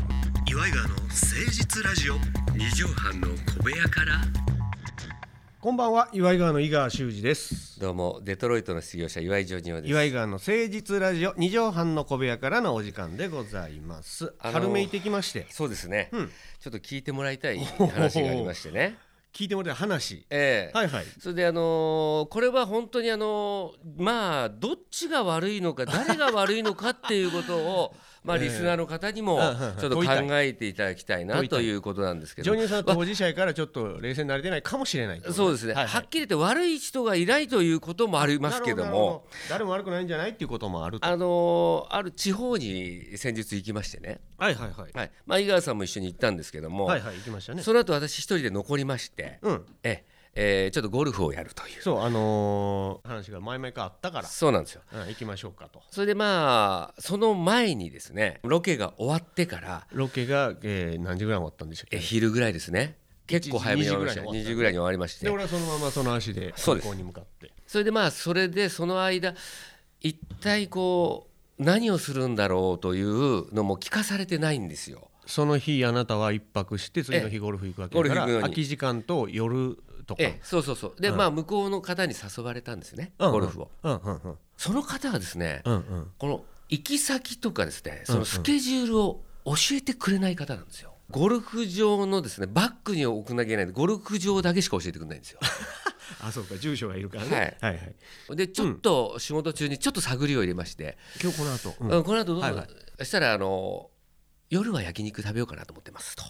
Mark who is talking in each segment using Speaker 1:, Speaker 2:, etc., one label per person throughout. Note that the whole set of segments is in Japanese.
Speaker 1: イガーの誠実ラジオ
Speaker 2: 二畳半の小部屋から
Speaker 1: こんばんは岩井川の井川修司です
Speaker 2: どうもデトロイトの失業者岩井ジョニオです
Speaker 1: 岩井川の誠実ラジオ二畳半の小部屋からのお時間でございます、
Speaker 2: あのー
Speaker 1: 春めいてきまして
Speaker 2: そうですね、
Speaker 1: うん
Speaker 2: ちょっと聞いてもらい たい話がありましてね
Speaker 1: 聞いてもらった話
Speaker 2: ええ
Speaker 1: はいはい
Speaker 2: それであのーこれは本当にあのーまあどっちが悪い のか誰が悪いのかっていうことをまあ
Speaker 1: ええ
Speaker 2: リスナーの方にも
Speaker 1: うんうんうん
Speaker 2: ちょっと考えていただきたい
Speaker 1: 問
Speaker 2: ない
Speaker 1: たい
Speaker 2: ということなんですけ
Speaker 1: ジ
Speaker 2: ど
Speaker 1: ョニオさんは当事者やからちょっと冷静になれてないかもしれないと
Speaker 2: そうですね、
Speaker 1: は
Speaker 2: はい
Speaker 1: はい
Speaker 2: っきり言って悪い人がいないということもありますけど
Speaker 1: なるほなる
Speaker 2: も
Speaker 1: ほ誰も悪くないんじゃないっていうこともあると
Speaker 2: あのーある地方に先日行きましてね、
Speaker 1: はいはいはい
Speaker 2: はいまあ、井川さんも一緒に行ったんですけども、
Speaker 1: はいはい行きましたね
Speaker 2: その後私一人で残りまして、
Speaker 1: うん
Speaker 2: ええーちょっとゴルフをやるという
Speaker 1: そうあのー話が前々からあったから、
Speaker 2: そうなんですよ
Speaker 1: うん、行きましょうかと
Speaker 2: それでまあその前にですねロケが終わってから
Speaker 1: ロケが、えー何時ぐらい終わったんでしたっ
Speaker 2: え
Speaker 1: け
Speaker 2: 昼ぐらいですね結構早めに終わりました
Speaker 1: 1
Speaker 2: 2時ぐらいに終わりまして
Speaker 1: で俺はそのままその足で
Speaker 2: そ
Speaker 1: 空
Speaker 2: うです
Speaker 1: 港に向かって
Speaker 2: それでまあそれでその間一体こう何をするんだろうというのも聞かされてないんですよ。
Speaker 1: その日あなたは一泊して次の日ゴルフ行くわけだか
Speaker 2: ゴルフ行
Speaker 1: ら
Speaker 2: くように
Speaker 1: 空き時間と夜とか、
Speaker 2: ええ、そうそうそうで、まあ向こうの方に誘われたんですね、
Speaker 1: うんうん
Speaker 2: ゴルフを。
Speaker 1: うんうんうん
Speaker 2: その方がですね、
Speaker 1: うんうん
Speaker 2: この行き先とかですねそのスケジュールを教えてくれない方なんですよ。ゴルフ場のですねバッグに置くなきゃいけないんでゴルフ場だけしか教えてくれないんですよ。
Speaker 1: あそうか住所がいるから
Speaker 2: は
Speaker 1: ね
Speaker 2: い、
Speaker 1: はい、はい
Speaker 2: でちょっと仕事中にちょっと探りを入れまして、
Speaker 1: 今日この後、うん
Speaker 2: うんこの後どうぞ、
Speaker 1: はいは
Speaker 2: したらあの夜は焼肉食べようかなと思ってますと、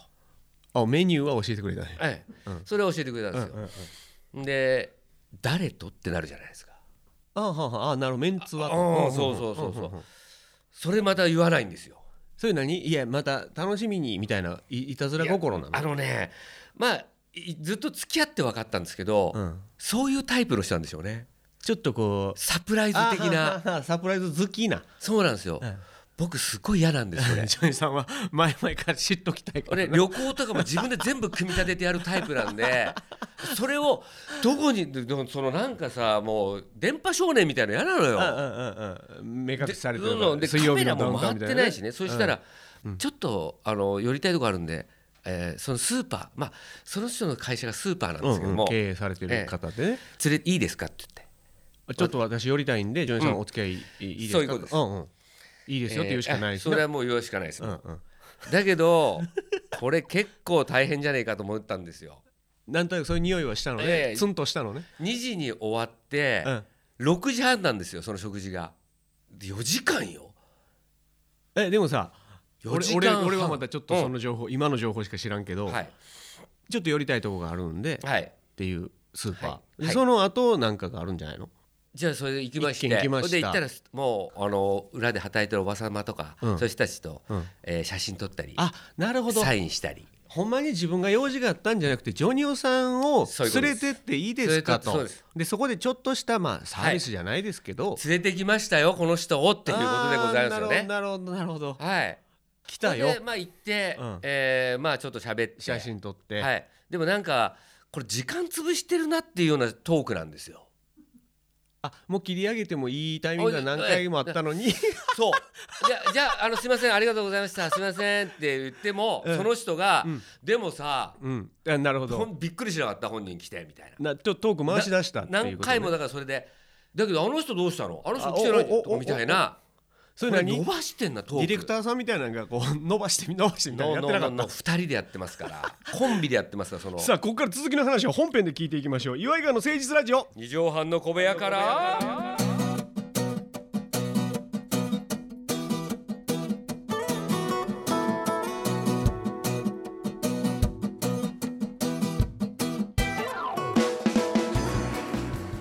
Speaker 1: あメニューは教えてくれたね、
Speaker 2: ええ
Speaker 1: うん
Speaker 2: それを教えてくれたん
Speaker 1: う
Speaker 2: で
Speaker 1: ん
Speaker 2: すよ
Speaker 1: う。んうん、
Speaker 2: で誰とってなるじゃないですか。
Speaker 1: あはあはああなるほどメンツはと
Speaker 2: ああそうそうそうそうん
Speaker 1: んん
Speaker 2: それまた言わないんですよ。
Speaker 1: それ何いやまた楽しみにみたいないいたずら心なの
Speaker 2: あのねまあいずっと付き合って分かったんですけど、
Speaker 1: うん、
Speaker 2: そういうタイプの人なんでしょうね。
Speaker 1: ちょっとこう
Speaker 2: サプライズ的な
Speaker 1: あははサプライズ好きな
Speaker 2: そうなんですよ、
Speaker 1: うん
Speaker 2: 僕すごい嫌なんです よね
Speaker 1: ジョニーさんは前々から知っときたいから
Speaker 2: 俺旅行とかも自分で全部組み立ててやるタイプなんでそれをどこにでもそのなんかさもう電波少年みたいなの嫌なのよ
Speaker 1: うんうんうんうん目隠しされてるから
Speaker 2: うんで
Speaker 1: 水
Speaker 2: カ
Speaker 1: 曜
Speaker 2: メ
Speaker 1: 日
Speaker 2: ラ
Speaker 1: のダウ
Speaker 2: も
Speaker 1: ンタウン
Speaker 2: 回っ
Speaker 1: みた
Speaker 2: て
Speaker 1: いなね
Speaker 2: ないしね、そしたら、ちょっとあの寄りたいとこあるんで、えーそのスーパーまあその人の会社がスーパーなん
Speaker 1: うん
Speaker 2: ですけど
Speaker 1: うん
Speaker 2: も、
Speaker 1: 経営されてる方でね
Speaker 2: 連れていいですかって言って
Speaker 1: ちょっと私寄りたいんでジョニーさんお付き合いいいですか
Speaker 2: そういうことです
Speaker 1: んうんいいですよって言うしかない
Speaker 2: えー
Speaker 1: で
Speaker 2: あ
Speaker 1: す
Speaker 2: それはもう言うしかないです、
Speaker 1: うんうん
Speaker 2: だけどこれ結構大変じゃねえかと思ったんですよ
Speaker 1: なんとなくそういう匂いはしたの
Speaker 2: え
Speaker 1: ね
Speaker 2: え
Speaker 1: ツンとしたのね
Speaker 2: 2時に終わって
Speaker 1: うん
Speaker 2: 6時半なんですよその食事が4時間よ
Speaker 1: えでもさ
Speaker 2: 四
Speaker 1: 俺
Speaker 2: 時
Speaker 1: 俺
Speaker 2: 間半
Speaker 1: 俺はまたちょっと
Speaker 2: うん
Speaker 1: その情報今の情報しか知らんけど
Speaker 2: はい
Speaker 1: ちょっと寄りたいとこがあるんでっ
Speaker 2: はい
Speaker 1: ていうスーパ
Speaker 2: は
Speaker 1: ーで
Speaker 2: いはい
Speaker 1: その後なんかがあるんじゃないの
Speaker 2: じゃあそれで行きまして
Speaker 1: 一軒行きました
Speaker 2: それで行ったらもうあの裏で働いてるおばさまとか、
Speaker 1: うん
Speaker 2: そういう人たちと、
Speaker 1: うん
Speaker 2: えー写真撮ったり
Speaker 1: あなるほど
Speaker 2: サインしたり
Speaker 1: ほんまに自分が用事があったんじゃなくてジョニオさんを
Speaker 2: そういうこと
Speaker 1: 連
Speaker 2: で
Speaker 1: れ
Speaker 2: す
Speaker 1: てっていいですかと
Speaker 2: そ
Speaker 1: そうで
Speaker 2: です
Speaker 1: そこでちょっとしたまあサービスじゃないですけど、
Speaker 2: 連れてきましたよこの人をっていうことでございますよ
Speaker 1: あー
Speaker 2: ね。
Speaker 1: なるほどなるほどなるほど
Speaker 2: はい、
Speaker 1: 来た
Speaker 2: そ
Speaker 1: よ
Speaker 2: れでまあ行って、
Speaker 1: うん
Speaker 2: えーまあちょっと喋って
Speaker 1: 写真撮って、
Speaker 2: はい、でもなんかこれ時間潰してるなっていうようなトークなんですよ。
Speaker 1: あもう切り上げてもいいタイミングが何回もあったのに
Speaker 2: そうじゃあじゃああのすいませんありがとうございましたすいませんって言っても、
Speaker 1: うん
Speaker 2: その人が、
Speaker 1: うん
Speaker 2: でもさ
Speaker 1: うんあなるほ
Speaker 2: ほ
Speaker 1: ど
Speaker 2: んびっくりしなかった本人来てみたいな
Speaker 1: なちょっとトーク回し出したっていうこと、ね、
Speaker 2: 何回もだからそれでだけどあの人どうしたのあの人来てない
Speaker 1: あおおお
Speaker 2: とかみたいな
Speaker 1: それ
Speaker 2: これ
Speaker 1: 何
Speaker 2: 伸
Speaker 1: デ
Speaker 2: ばしてんなトーク
Speaker 1: ィレクターさんみたいなのがこう伸ばして伸ばしてみたい
Speaker 2: の
Speaker 1: なの
Speaker 2: の
Speaker 1: や ってな
Speaker 2: の
Speaker 1: かっ
Speaker 2: の2人でやってますから コンビでやってますからその
Speaker 1: たさあここから続きの話を本編で聞いていきましょう岩井川の誠実ラジオ
Speaker 2: 二畳半の小部屋から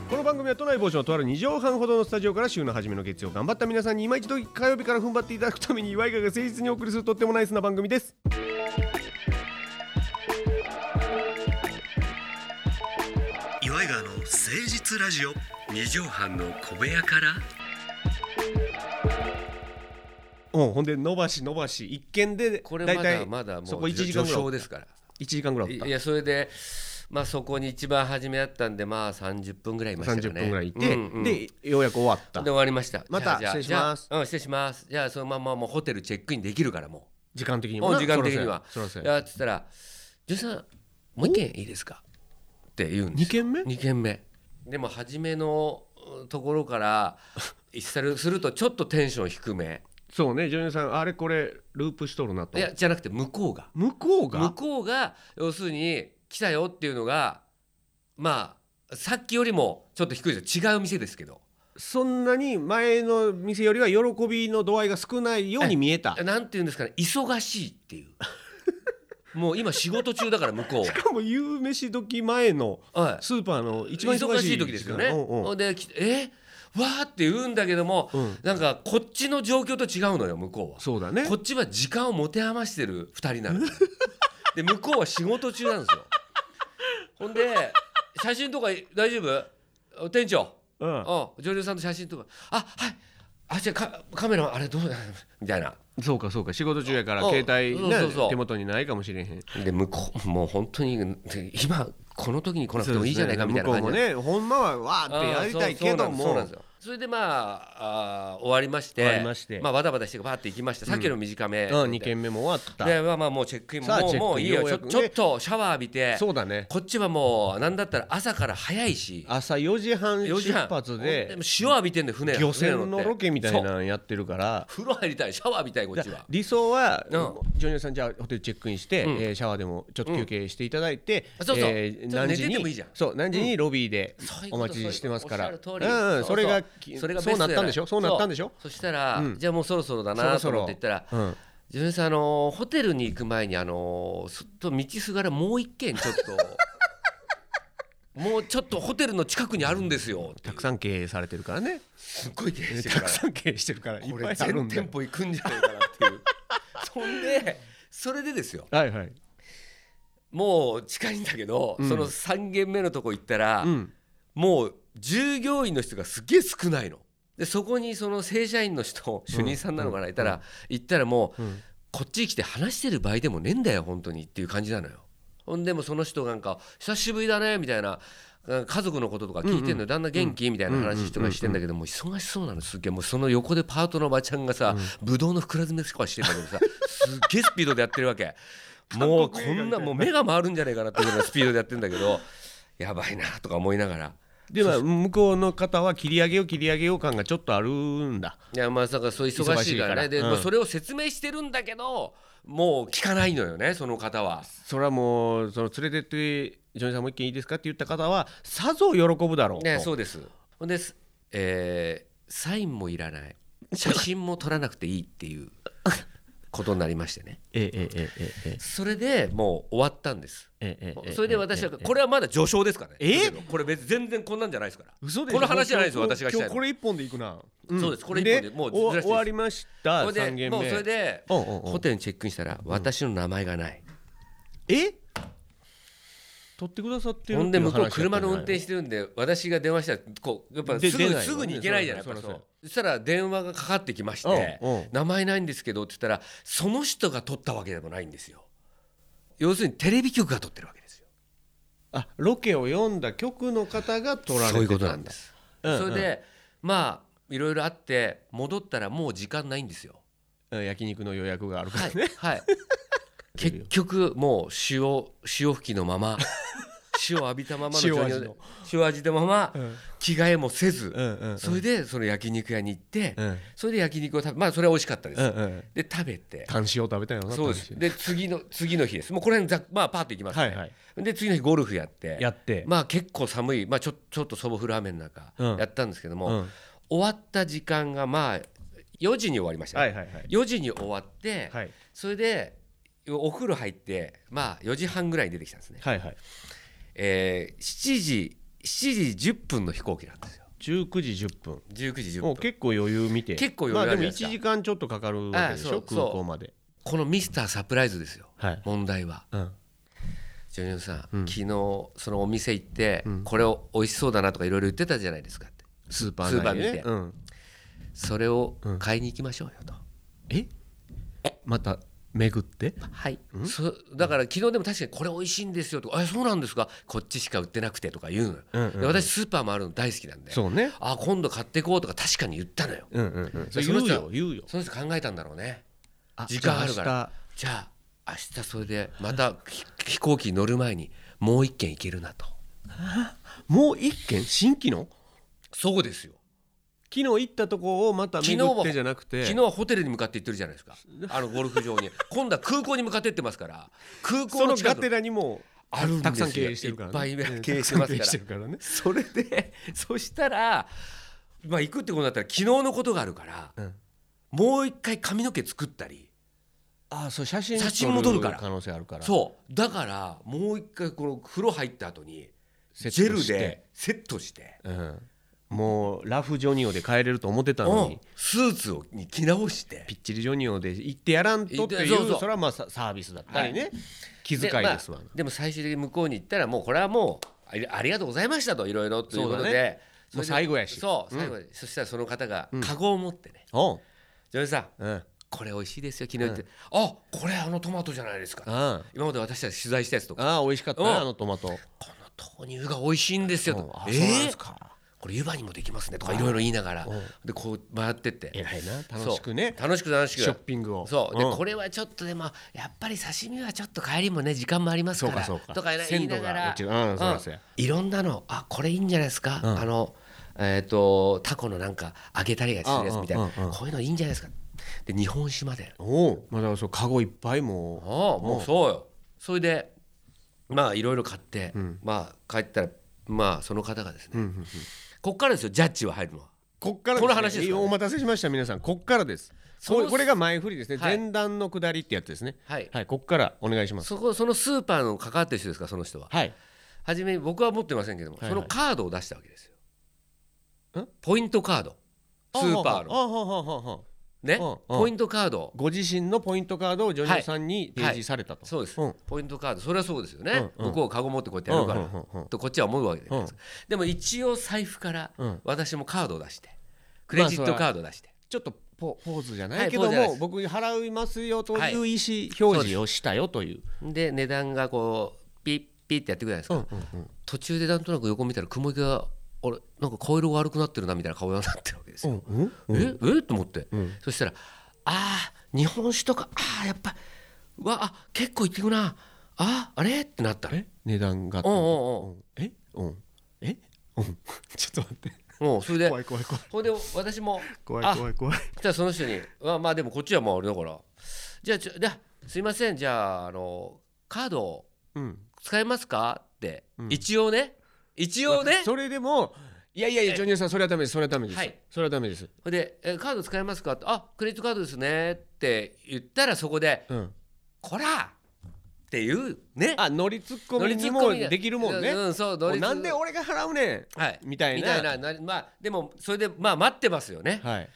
Speaker 1: この番組は都内某所のとある2畳半ほどのスタジオから週の初めの月曜頑張った皆さんに今一度火曜日から踏ん張っていただくために岩井川が誠実にお送りするとってもナイスな番組です
Speaker 2: 岩井川の誠実ラジオ二畳半の小部屋から
Speaker 1: うん、ほんで伸ばし伸ばし一見で
Speaker 2: これ
Speaker 1: 大
Speaker 2: まだ
Speaker 1: 体
Speaker 2: まだ
Speaker 1: そ
Speaker 2: も
Speaker 1: こ
Speaker 2: う
Speaker 1: 1時間ぐらい
Speaker 2: 序章
Speaker 1: 1
Speaker 2: ですから
Speaker 1: 時間ぐらいあっ
Speaker 2: い
Speaker 1: た
Speaker 2: いやそれでまあそこに一番初めだったんでまあ30分ぐらいいましたか
Speaker 1: 30
Speaker 2: ね
Speaker 1: 分ぐらいいて、
Speaker 2: うんうん
Speaker 1: でようやく終わった
Speaker 2: で終わりました
Speaker 1: また
Speaker 2: じゃあ
Speaker 1: 失礼します
Speaker 2: じゃあうん失礼しますじゃあそのままもうホテルチェックインできるからもう
Speaker 1: 時間的にもな
Speaker 2: うん時間的には
Speaker 1: そらそうや
Speaker 2: やってたら「女優さんもう一軒いいですか?」って言うんで
Speaker 1: 2
Speaker 2: すよ
Speaker 1: 軒目
Speaker 2: 2軒目でも初めのうんところから一猿するとちょっとテンション低め
Speaker 1: そうね女優さんあれこれループしとるなと
Speaker 2: いやじゃなくて向こうが
Speaker 1: 向こう
Speaker 2: 向
Speaker 1: が
Speaker 2: こうが要するに来たよっていうのがまあさっきよりもちょっと低いです違う店ですけど
Speaker 1: そんなに前の店よりは喜びの度合いが少ないように見えた
Speaker 2: なんていうんですかね忙しいっていう もう今仕事中だから向こう
Speaker 1: しかも夕飯時前の
Speaker 2: は、はい、
Speaker 1: スーパーの一番忙
Speaker 2: 忙
Speaker 1: し
Speaker 2: し
Speaker 1: い
Speaker 2: い時ですよね。
Speaker 1: うんうん
Speaker 2: できえわーって言うんだけども、
Speaker 1: うん
Speaker 2: なんかこっちの状況と違うのよ向こうは。
Speaker 1: そうだね
Speaker 2: こっちは時間を持て余してる2人な ので向こうは仕事中なんですよほんで写真とか大丈夫店長
Speaker 1: うん
Speaker 2: うん女優さんと写真とかあはいあじゃあカカメラあれどう みたいな
Speaker 1: そうかそうか仕事中やから
Speaker 2: うん
Speaker 1: 携帯
Speaker 2: そう
Speaker 1: ね
Speaker 2: そうそう
Speaker 1: 手元にないかもしれへん
Speaker 2: で向こうもう本当にで今この時に来なくてもいいじゃないかみたいな
Speaker 1: 向こ
Speaker 2: 感
Speaker 1: う
Speaker 2: じ
Speaker 1: も
Speaker 2: で
Speaker 1: ねほんまはわーってやりたいけど
Speaker 2: そう
Speaker 1: も
Speaker 2: なんですよそれでまああー終わりまして
Speaker 1: 終わりまして
Speaker 2: あ、バタバタしてバーって行きましたさっきの短め、
Speaker 1: うん2軒目も終わった
Speaker 2: でまあまあもうチェックイン
Speaker 1: さあ
Speaker 2: もう
Speaker 1: チェックイン
Speaker 2: もういい
Speaker 1: よ
Speaker 2: よ
Speaker 1: う
Speaker 2: ち
Speaker 1: や
Speaker 2: ょ
Speaker 1: くね
Speaker 2: ちょっとシャワー浴びて
Speaker 1: そうだね
Speaker 2: こっちはもうなんだったら朝から早いし
Speaker 1: 朝4時半
Speaker 2: 4時
Speaker 1: 出
Speaker 2: 半
Speaker 1: 発
Speaker 2: で
Speaker 1: で
Speaker 2: も潮浴びてんだよ船
Speaker 1: 漁船の
Speaker 2: 船
Speaker 1: ロケみたい
Speaker 2: そう
Speaker 1: なのやってるから
Speaker 2: 風呂入りたいシャワー浴びたいこっちは
Speaker 1: 理想は
Speaker 2: うん
Speaker 1: ジョニオさんじゃあホテルチェックインして
Speaker 2: うん
Speaker 1: えーシャワーでもちょっと休憩していただいて
Speaker 2: うんあそうそう
Speaker 1: え
Speaker 2: ちょっ
Speaker 1: ー
Speaker 2: と
Speaker 1: 何時
Speaker 2: 寝ててもいい
Speaker 1: に
Speaker 2: じゃん
Speaker 1: そう何時にロビーで
Speaker 2: そういうこと
Speaker 1: お待ちしてますから
Speaker 2: そうういうことおっしゃる通り
Speaker 1: んうんそれが
Speaker 2: うそれがベ
Speaker 1: そう
Speaker 2: ス
Speaker 1: なっ
Speaker 2: ト
Speaker 1: たん
Speaker 2: じゃ
Speaker 1: で
Speaker 2: い
Speaker 1: しょそうなったんでしょ
Speaker 2: そうそしたら、
Speaker 1: うん
Speaker 2: じゃあもうそろそろだ
Speaker 1: そろ
Speaker 2: な
Speaker 1: そ
Speaker 2: と
Speaker 1: ろ
Speaker 2: 思って言ったら
Speaker 1: うん
Speaker 2: 自分さんあのホテルに行く前にあのすっと道すがらもう一軒ちょっ ともうちょっとホテルの近くにあるんですよ
Speaker 1: たくさん経営されてるからね
Speaker 2: すっごい経営してる
Speaker 1: た
Speaker 2: か
Speaker 1: く
Speaker 2: ら
Speaker 1: さん経営してるからいっ
Speaker 2: こ
Speaker 1: ぱ
Speaker 2: れ
Speaker 1: いある
Speaker 2: 全
Speaker 1: んだ
Speaker 2: 店
Speaker 1: よ
Speaker 2: 舗行くんじゃないかなって いうそんでそれでですよ
Speaker 1: はいはい
Speaker 2: もう近いんだけど、
Speaker 1: うん
Speaker 2: その3軒目のとこ行ったら、
Speaker 1: うん
Speaker 2: もう従業員の人がすげえ少ないの。でそこにその正社員の人主任さんなのかな、いたら、行ったらもう
Speaker 1: うん
Speaker 2: こっちに来て話してる場合でもねえんだよ本当にっていう感じなのよほんでもその人がなんか「久しぶりだね」みたいなうん家族のこととか聞いてんのよ、旦那元気みたいな話とかしてんだけど、もう忙しそうなのすっげえもうその横でパートのおばちゃんがさ、ぶどうの袋詰めとかしてんだけ どさすっげえスピードでやってるわ けもうこんなもう目が回るんじゃないかなっていうようなスピードでやってんだけどやばいなとか思いながら。
Speaker 1: では向こうの方は切り上げよう切り上げよう感がちょっとあるんだ
Speaker 2: いやまあだからそう忙しいからね
Speaker 1: 忙しいから
Speaker 2: で、
Speaker 1: うん
Speaker 2: もうそれを説明してるんだけどもう聞かないのよねその方は。
Speaker 1: それはもうその連れてってジョニーさんもう一軒いいですかって言った方はさぞ喜ぶだろうと、
Speaker 2: ね、そうです。ほんです、えーサインもいらない、写真も撮らなくていいっていうことになりましてね。
Speaker 1: ええええええ
Speaker 2: それでもう終わったんです。
Speaker 1: ええええ
Speaker 2: それで私は
Speaker 1: ええええ
Speaker 2: これはまだ序章ですからね。
Speaker 1: え
Speaker 2: これ別に全然こんなんじゃないですから。
Speaker 1: 嘘で
Speaker 2: この話じゃないですよ
Speaker 1: 今日
Speaker 2: 私がしたいの
Speaker 1: 今日これ一本でいくな、ん
Speaker 2: そうですこれ一本でもうずらしていいです
Speaker 1: お終わりました
Speaker 2: それ
Speaker 1: 三
Speaker 2: で
Speaker 1: 軒
Speaker 2: もう
Speaker 1: 目
Speaker 2: それで
Speaker 1: おうおうおう
Speaker 2: ホテルにチェックインしたら私の名前がない。
Speaker 1: え取ってくださってる
Speaker 2: ほんで
Speaker 1: っていう話
Speaker 2: 向こ
Speaker 1: や
Speaker 2: う
Speaker 1: ったんじゃな
Speaker 2: 車
Speaker 1: い
Speaker 2: の運転してるんで私が電話したらこうやっぱ
Speaker 1: です出な
Speaker 2: ぐ
Speaker 1: いよね
Speaker 2: すぐに行けないじゃない
Speaker 1: そ
Speaker 2: やっ
Speaker 1: らそ
Speaker 2: ぱそ
Speaker 1: ら
Speaker 2: うそしたら電話がかかってきまして
Speaker 1: うんうん
Speaker 2: 「名前ないんですけど」って言ったらその人が取ったわけでもないんですよ要するにテレビ局が取ってるわけですよ
Speaker 1: あロケを読んだ局の方が取られてた
Speaker 2: そういうことなんです
Speaker 1: うんうん
Speaker 2: それでまあいろいろあって戻ったらもう時間ないんですよ
Speaker 1: うん焼肉の予約があるから
Speaker 2: は
Speaker 1: ね、
Speaker 2: い はい結局もう潮潮吹きのま ま潮浴びたままの
Speaker 1: 塩味の
Speaker 2: 状況で塩味のまま
Speaker 1: ん
Speaker 2: 着替えもせず
Speaker 1: うんうんうん
Speaker 2: それでその焼肉屋に行って、
Speaker 1: うん
Speaker 2: それで焼肉を食べまあそれは美味しかったです、
Speaker 1: うんうん
Speaker 2: で食べて
Speaker 1: タン塩食べたよな
Speaker 2: そうです
Speaker 1: タン
Speaker 2: で次の次の日ですもうこれ辺ざっまあパッと行きます、
Speaker 1: 塩はいはい
Speaker 2: で次の日ゴルフやって
Speaker 1: やって
Speaker 2: まあ結構寒い、まあ、ちょちょっとそぼ風ラーメンの中
Speaker 1: うん
Speaker 2: やったんですけども、
Speaker 1: うん
Speaker 2: 終わった時間がまあ4時に終わりました、
Speaker 1: はいはいはい
Speaker 2: 4時に終わって、
Speaker 1: はい
Speaker 2: それでお風呂入ってまあ4時半ぐらいに出てきたんですね、
Speaker 1: はいはい
Speaker 2: えー7時7時10分の飛行機なんですよ
Speaker 1: 19時10分
Speaker 2: 19時10
Speaker 1: も
Speaker 2: 分
Speaker 1: う結構余裕見て
Speaker 2: 結構余裕ある
Speaker 1: まあでも
Speaker 2: じゃ
Speaker 1: 1
Speaker 2: ないですか
Speaker 1: 時間ちょっとかかるわけでし
Speaker 2: あ
Speaker 1: ょ
Speaker 2: あそう
Speaker 1: 空港まで
Speaker 2: このミスターサプライズですよ
Speaker 1: はい
Speaker 2: 問題は
Speaker 1: うん
Speaker 2: ジョニオさん、
Speaker 1: うん
Speaker 2: 昨日そのお店行って、
Speaker 1: うん
Speaker 2: これを美味しそうだなとかいろいろ言ってたじゃないですかって
Speaker 1: スーパー内でね
Speaker 2: スーパ
Speaker 1: うん
Speaker 2: それを買いに行きましょうよと、
Speaker 1: えまた巡って
Speaker 2: はいそだから昨日でも確かにこれ美味しいんですよとか「えそうなんですかこっちしか売ってなくて」とか言うのよ、
Speaker 1: うんうんうん
Speaker 2: で私スーパーもあるの大好きなんで
Speaker 1: そうね
Speaker 2: あ今度買ってこうとか確かに言ったのよ
Speaker 1: うんうんうん
Speaker 2: そ
Speaker 1: そ
Speaker 2: れ
Speaker 1: れ言
Speaker 2: 言う
Speaker 1: う
Speaker 2: よ
Speaker 1: よ言うよ
Speaker 2: その人考えたんだろうね
Speaker 1: あ
Speaker 2: 時間あるから
Speaker 1: じゃ
Speaker 2: じゃあ明日それでまたひ飛行機に乗る前にもう一軒行けるなと
Speaker 1: もう一軒新規の
Speaker 2: そうですよ
Speaker 1: 昨日行ったとこをまた巡ってじゃなくて
Speaker 2: 昨日はホテルに向かって行ってるじゃないですかあのゴルフ場 に今度は空港に向かってってますから空港
Speaker 1: そ
Speaker 2: の
Speaker 1: の
Speaker 2: 近
Speaker 1: ガ
Speaker 2: く
Speaker 1: テラにも
Speaker 2: あるんですよ
Speaker 1: たくさん経営してるから、ね、
Speaker 2: いっぱい経営してますか
Speaker 1: たくさん経営
Speaker 2: ら
Speaker 1: してるからね
Speaker 2: それでそしたらまあ行くってことだったら昨日のことがあるから、
Speaker 1: うん
Speaker 2: もう一回髪の毛作ったり
Speaker 1: ああそう写真
Speaker 2: 写真も撮るから
Speaker 1: 可能性あるから
Speaker 2: そうだからもう一回この風呂入った後にジ
Speaker 1: セッ
Speaker 2: ェ
Speaker 1: ト
Speaker 2: ル
Speaker 1: して
Speaker 2: でセットして
Speaker 1: うん、もうラフジョニオで帰れると思ってたの
Speaker 2: う
Speaker 1: に
Speaker 2: ん、スーツをに着直して
Speaker 1: ピッチリジョニオで行ってやらんとっていう
Speaker 2: いや
Speaker 1: そ
Speaker 2: そうそ
Speaker 1: れ
Speaker 2: う
Speaker 1: はまあさサービスだったりね、気遣い
Speaker 2: まあ
Speaker 1: ですわ、
Speaker 2: でも最終的に向こうに行ったらもうこれはもうありありがとうございましたといろいろということ
Speaker 1: そうだ
Speaker 2: でそ
Speaker 1: も
Speaker 2: れ
Speaker 1: う
Speaker 2: で
Speaker 1: 最後やし
Speaker 2: そう
Speaker 1: うん
Speaker 2: 最後でそしたらその方がカゴを持ってね
Speaker 1: おう
Speaker 2: 「ジョージさん
Speaker 1: うんうん
Speaker 2: これ美味しいですよ昨日言ってあこれあのトマトじゃないですか
Speaker 1: あ
Speaker 2: 今まで私たち取材したやつとか
Speaker 1: あ美味しかった
Speaker 2: うん
Speaker 1: なあのトマト
Speaker 2: この豆乳が美味しいんですよ
Speaker 1: うん
Speaker 2: と
Speaker 1: あそうなんで
Speaker 2: ええ
Speaker 1: すか、
Speaker 2: これ湯葉にもできますねとかいろいろ言いながら
Speaker 1: うん
Speaker 2: でこう回ってって
Speaker 1: 偉いな楽しくね
Speaker 2: そう楽しく楽しく
Speaker 1: ショッピングを
Speaker 2: そうで
Speaker 1: ん
Speaker 2: これはちょっとでもやっぱり刺身はちょっと帰りもね時間もあります
Speaker 1: そう
Speaker 2: か
Speaker 1: からそうか
Speaker 2: とか言いながら
Speaker 1: 落ちるうんそう
Speaker 2: う
Speaker 1: なん
Speaker 2: ん
Speaker 1: ですよ
Speaker 2: いろんなのあこれいいんじゃないですか
Speaker 1: うん
Speaker 2: あのえっとタコのなんか揚げたりがするやつみたい
Speaker 1: うんう
Speaker 2: な
Speaker 1: んうんうん
Speaker 2: こういうのいいんじゃないですかで日本酒まで
Speaker 1: おうまあだからそうカゴいっぱいもう
Speaker 2: ああもうそうよそれでまあいろいろ買って、
Speaker 1: うん
Speaker 2: まあ帰ったらまあその方がですね、
Speaker 1: うんうんうん
Speaker 2: こっからですよジャッジは入るのは
Speaker 1: こっから
Speaker 2: この話ですか
Speaker 1: ねお待たせしました皆さんこっからです
Speaker 2: そ
Speaker 1: こ
Speaker 2: の
Speaker 1: れこれが前振りですね、
Speaker 2: はい
Speaker 1: 前段の下りってやつですね
Speaker 2: はい
Speaker 1: はいこっからお願いします
Speaker 2: そこそのスーパーの関わってる人ですかその人は
Speaker 1: はい
Speaker 2: 初めに僕は持ってませんけども、
Speaker 1: はいはい
Speaker 2: そのカードを出したわけですよ
Speaker 1: ん
Speaker 2: ポイントカードスーパーの
Speaker 1: ああはあはあはあはあ
Speaker 2: ね
Speaker 1: うんうん
Speaker 2: ポイントカード
Speaker 1: ご自身のポイントカードをジョニオさんに提示されたと、
Speaker 2: そうです、
Speaker 1: うん
Speaker 2: ポイントカードそれはそうですよね、
Speaker 1: うんうん
Speaker 2: 向こうカゴ持ってこうやってやるから、
Speaker 1: うんうんうんうん
Speaker 2: とこっちは思うわけじゃないですか、でも一応財布から
Speaker 1: うん
Speaker 2: 私もカードを出してクレジットカードを出して、
Speaker 1: ちょっとポポーズじゃ
Speaker 2: は
Speaker 1: ないいけど
Speaker 2: ポー
Speaker 1: も、
Speaker 2: ズじゃないです
Speaker 1: 僕払いますよと
Speaker 2: はい
Speaker 1: いう意思表示をしたよという、
Speaker 2: で値段がこうピッピッってやってくるじゃないですか、途中でなんとなく横見たら雲行きがあれなんか顔色悪くなってるなみたいな顔になってるわけですよ、
Speaker 1: うんうん
Speaker 2: ええと思って、
Speaker 1: ん
Speaker 2: そしたらあー日本酒とかあーやっぱうわあ結構いってくなあーあれってなったの
Speaker 1: え値段が
Speaker 2: お
Speaker 1: うん
Speaker 2: うおう
Speaker 1: えうんえうんちょっと待って
Speaker 2: おうおうそれで
Speaker 1: い怖い怖い
Speaker 2: ほんで私もあ
Speaker 1: い怖い
Speaker 2: そしたらその人に「まあまあでもこっちはもうあれだからじゃあちょじゃあすいませんじゃああのカード
Speaker 1: うん
Speaker 2: 使えますか?」って、
Speaker 1: うん
Speaker 2: 一応ね一応ね
Speaker 1: それでもいやいやいやジョニオさんそれはダメですそれはダメです、
Speaker 2: はい
Speaker 1: それはダメです
Speaker 2: ほいでえ「カード使えますか?」って「あクレジットカードですね」って言ったらそこで
Speaker 1: うん
Speaker 2: 「こら!」っていうね
Speaker 1: あ乗りツッコミにも
Speaker 2: 乗りツッコミが
Speaker 1: できるもんね、
Speaker 2: うん、そう乗
Speaker 1: もう
Speaker 2: りツッ
Speaker 1: なんで俺が払うね
Speaker 2: はい
Speaker 1: んみたい
Speaker 2: み
Speaker 1: な
Speaker 2: たいななまあでもそれでまあ待ってますよね、
Speaker 1: はい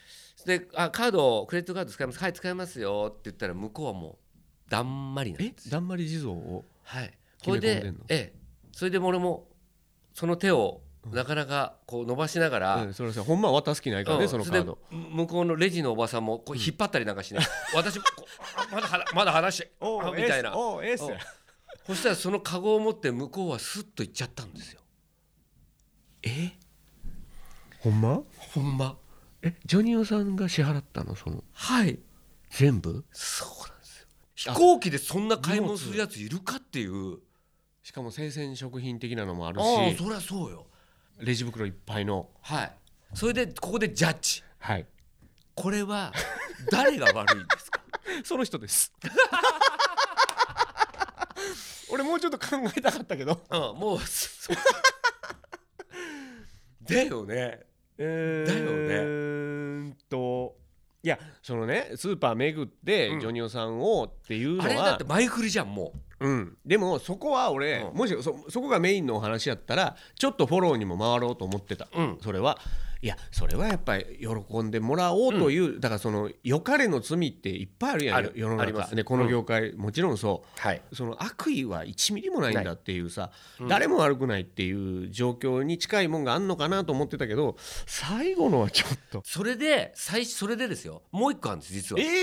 Speaker 2: であカードクレジットカード使いますはい使いますよって言ったら向こうはもうだんまりなん
Speaker 1: え
Speaker 2: ですよ
Speaker 1: だんまり地蔵を
Speaker 2: はい
Speaker 1: 決
Speaker 2: こ
Speaker 1: め
Speaker 2: れ
Speaker 1: 込んでん
Speaker 2: で
Speaker 1: の
Speaker 2: ええそれで俺もその手をなかなかこう伸ばしながら、
Speaker 1: うん、それはさほんまは渡す気ないからね、
Speaker 2: うん
Speaker 1: そのカ
Speaker 2: れ
Speaker 1: ー
Speaker 2: で
Speaker 1: ド
Speaker 2: 向こうのレジのおばさんもこう引っ張ったりなんかして、私もこうあまだはまだ話して
Speaker 1: お
Speaker 2: あ
Speaker 1: う
Speaker 2: みたいな
Speaker 1: おうエース
Speaker 2: うんそしたらそのカゴを持って向こうはスッと行っちゃったんですよえ
Speaker 1: ほんま
Speaker 2: ほんま
Speaker 1: えジョニオさんが支払ったのその
Speaker 2: はい
Speaker 1: 全部
Speaker 2: そうなんですよ飛行機でそんな買い物するやついるかっていう
Speaker 1: しかも生鮮食品的なのもある
Speaker 2: ああ
Speaker 1: し
Speaker 2: そりゃそうよ
Speaker 1: レジ袋いっぱいの
Speaker 2: はいそれでここでジャッジ
Speaker 1: はい
Speaker 2: これは誰が悪いんですか
Speaker 1: その人です 俺もうちょっと考えたかったけど
Speaker 2: うんもうそ だよね
Speaker 1: え
Speaker 2: だよね
Speaker 1: ねといやそのねスーパー巡って
Speaker 2: うん
Speaker 1: ジョニオさんをっていうの
Speaker 2: あれだっ
Speaker 1: は
Speaker 2: て、前振りじゃんも
Speaker 1: うん、でもそこは俺、
Speaker 2: うん
Speaker 1: もしそそこがメインのお話やったらちょっとフォローにも回ろうと思ってた、
Speaker 2: うん
Speaker 1: それはいやそれはやっぱり喜んでもらおうという、だからその良かれの罪っていっぱいあるや
Speaker 2: あ
Speaker 1: ん
Speaker 2: る
Speaker 1: 世の
Speaker 2: ありま
Speaker 1: 中
Speaker 2: す
Speaker 1: でこの業界、もちろんそう
Speaker 2: はい、
Speaker 1: うその悪意は1ミリもないんだっていうさ、
Speaker 2: うん
Speaker 1: 誰も悪くないっていう状況に近いもんがあんのかなと思ってたけど最後のはちょっと
Speaker 2: それで最初それでですよもう一個あるんです実
Speaker 1: え
Speaker 2: は
Speaker 1: ええ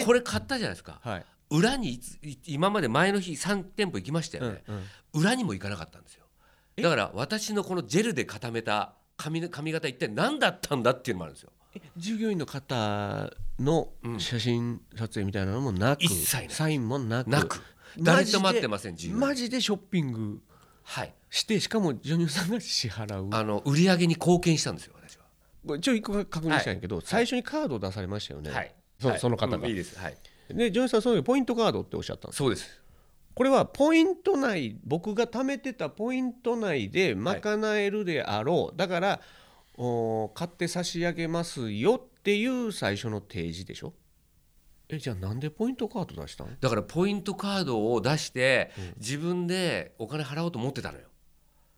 Speaker 1: ええ
Speaker 2: これ買ったじゃないですか
Speaker 1: はい、
Speaker 2: 裏にいつい今まで前の日3店舗行きましたよ
Speaker 1: う
Speaker 2: ね、
Speaker 1: んうん
Speaker 2: 裏にも行かなかったんですよ
Speaker 1: え
Speaker 2: だから私のこのジェルで固めた髪の髪型一体何だったんだっていうのもあるんですよ
Speaker 1: 従業員の方の写真撮影みたいなのもなく、
Speaker 2: 一切ない
Speaker 1: サインもなく
Speaker 2: なく
Speaker 1: マ
Speaker 2: 誰
Speaker 1: ジ
Speaker 2: と
Speaker 1: で
Speaker 2: 待ってません自由
Speaker 1: マジでショッピング
Speaker 2: はい
Speaker 1: してしかもジョニオさんが支払う
Speaker 2: あの売り上げに貢献したんですよ私は
Speaker 1: これ一応一個確認したんやけど、最初にカードを出されましたよね、
Speaker 2: はい
Speaker 1: そ
Speaker 2: はい
Speaker 1: その方が、
Speaker 2: うんいいですはい
Speaker 1: でジョニオさんその時ポイントカードっておっしゃったんです
Speaker 2: そうです
Speaker 1: これはポイント内僕が貯めてたポイント内で賄えるであろう、だからおー買って差し上げますよっていう最初の提示でしょえじゃあなんでポイントカード出したの
Speaker 2: だからポイントカードを出して自分でお金払おうと思ってたのよ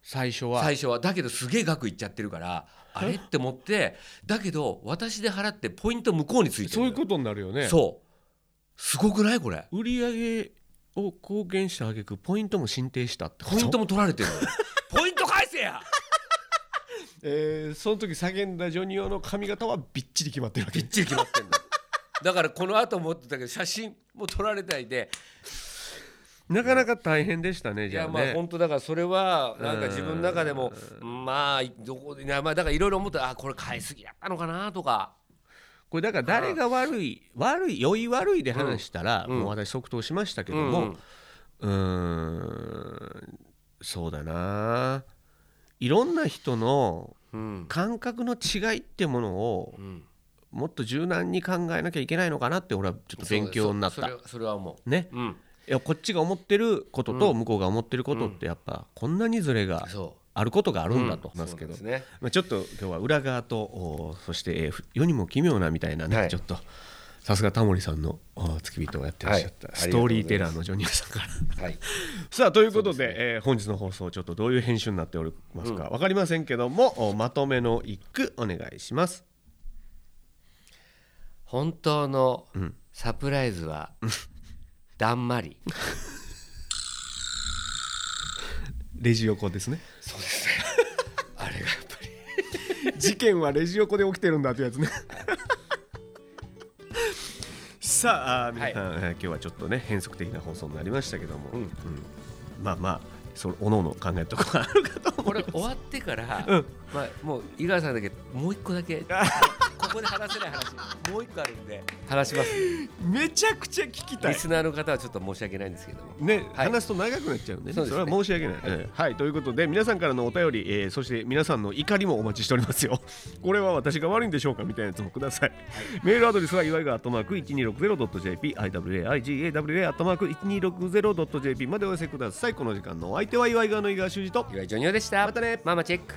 Speaker 1: 最初は
Speaker 2: 最初はだけどすげえ額いっちゃって るからあれって思ってだけど私で払ってポイント向こうについてる
Speaker 1: そう
Speaker 2: の
Speaker 1: いう
Speaker 2: よ
Speaker 1: ことになるよね
Speaker 2: そうすごくないこれ
Speaker 1: 売り上げを貢献した挙句ポイントも申請したってこと
Speaker 2: ポイントも取られてるのよ ポイント返せや
Speaker 3: えーその時叫んだジョニオの髪型はびっちり決まってるわけ
Speaker 2: びっちり決まってんのだからこの後持ってたけど写真も撮られないで
Speaker 1: なかなか大変でしたね
Speaker 2: い
Speaker 1: じゃあ
Speaker 2: や
Speaker 1: ね
Speaker 2: まあ本当だからそれはなんか自分の中でもまあどこいやまあだからいろいろ思ったあこれ買いすぎだったのかなとか
Speaker 1: これだから誰が悪い悪い良い悪いで話したら、
Speaker 2: ん
Speaker 1: もう私即答しましたけどもうーんそうだないろんな人の
Speaker 2: うん
Speaker 1: 感覚の違いってものを
Speaker 2: うん
Speaker 1: もっと柔軟に考えなきゃいけないのかなって俺はちょっと勉強になっ
Speaker 2: そそ
Speaker 1: た
Speaker 2: れ。はそれは思
Speaker 1: ね、
Speaker 2: ううん
Speaker 1: いやこっちが思ってることと向こうが思ってることってやっぱこんなにズレが
Speaker 2: そ
Speaker 1: あることがある
Speaker 2: ううん
Speaker 1: だと、
Speaker 2: そうなんですね
Speaker 1: まあ、ちょっと今日は裏側とおーそして、えーふ世にも奇妙なみたいなね、
Speaker 2: はい
Speaker 1: ちょっとさすがタモリさんのおー付き人をやってらっしゃった、
Speaker 2: はい
Speaker 1: ストーリーテラーのジョニーさんから。
Speaker 2: はい
Speaker 3: さあということでえー本日の放送ちょっとどういう編集になっておりますか、わかりませんけどもおまとめの一句お願いします
Speaker 2: 本当のサプライズはだんまり
Speaker 3: レジ横ですね
Speaker 2: あれが
Speaker 3: 事件はレジ横で起きてるんだというやつね。 さああー皆さん、えー今日はちょっとね変則的な放送になりましたけども、うんまあまあそのおのおの考えるとこがあるかと
Speaker 2: こ
Speaker 3: 思い
Speaker 2: れ
Speaker 3: ます
Speaker 2: 終わってから、
Speaker 3: うん
Speaker 2: まあ、もう井川さんだけもう一個だ けここで話せない話もう一個あるんで話します
Speaker 3: めちゃくちゃ聞きた
Speaker 2: リ
Speaker 3: い。
Speaker 2: スナーの方はちょっと申し訳ないんですけども
Speaker 3: ね、
Speaker 2: はい
Speaker 3: 話すと長くなっちゃうんで,、ねそ
Speaker 2: そうですね
Speaker 3: れは申し訳ない、えーはい。ということで皆さんからのお便り、えーそして皆さんの怒りもお待ちしておりますよ。 これは私が悪いんでしょうかみたいなやつもください。メールアドレスは岩井がアットマーク 1260.jp iwaigawa アットマーク 1260.jp までお寄せください。この時間のお相手は岩井川の井川修司と
Speaker 2: 岩井ジョニオでした
Speaker 3: またね
Speaker 2: ママチェック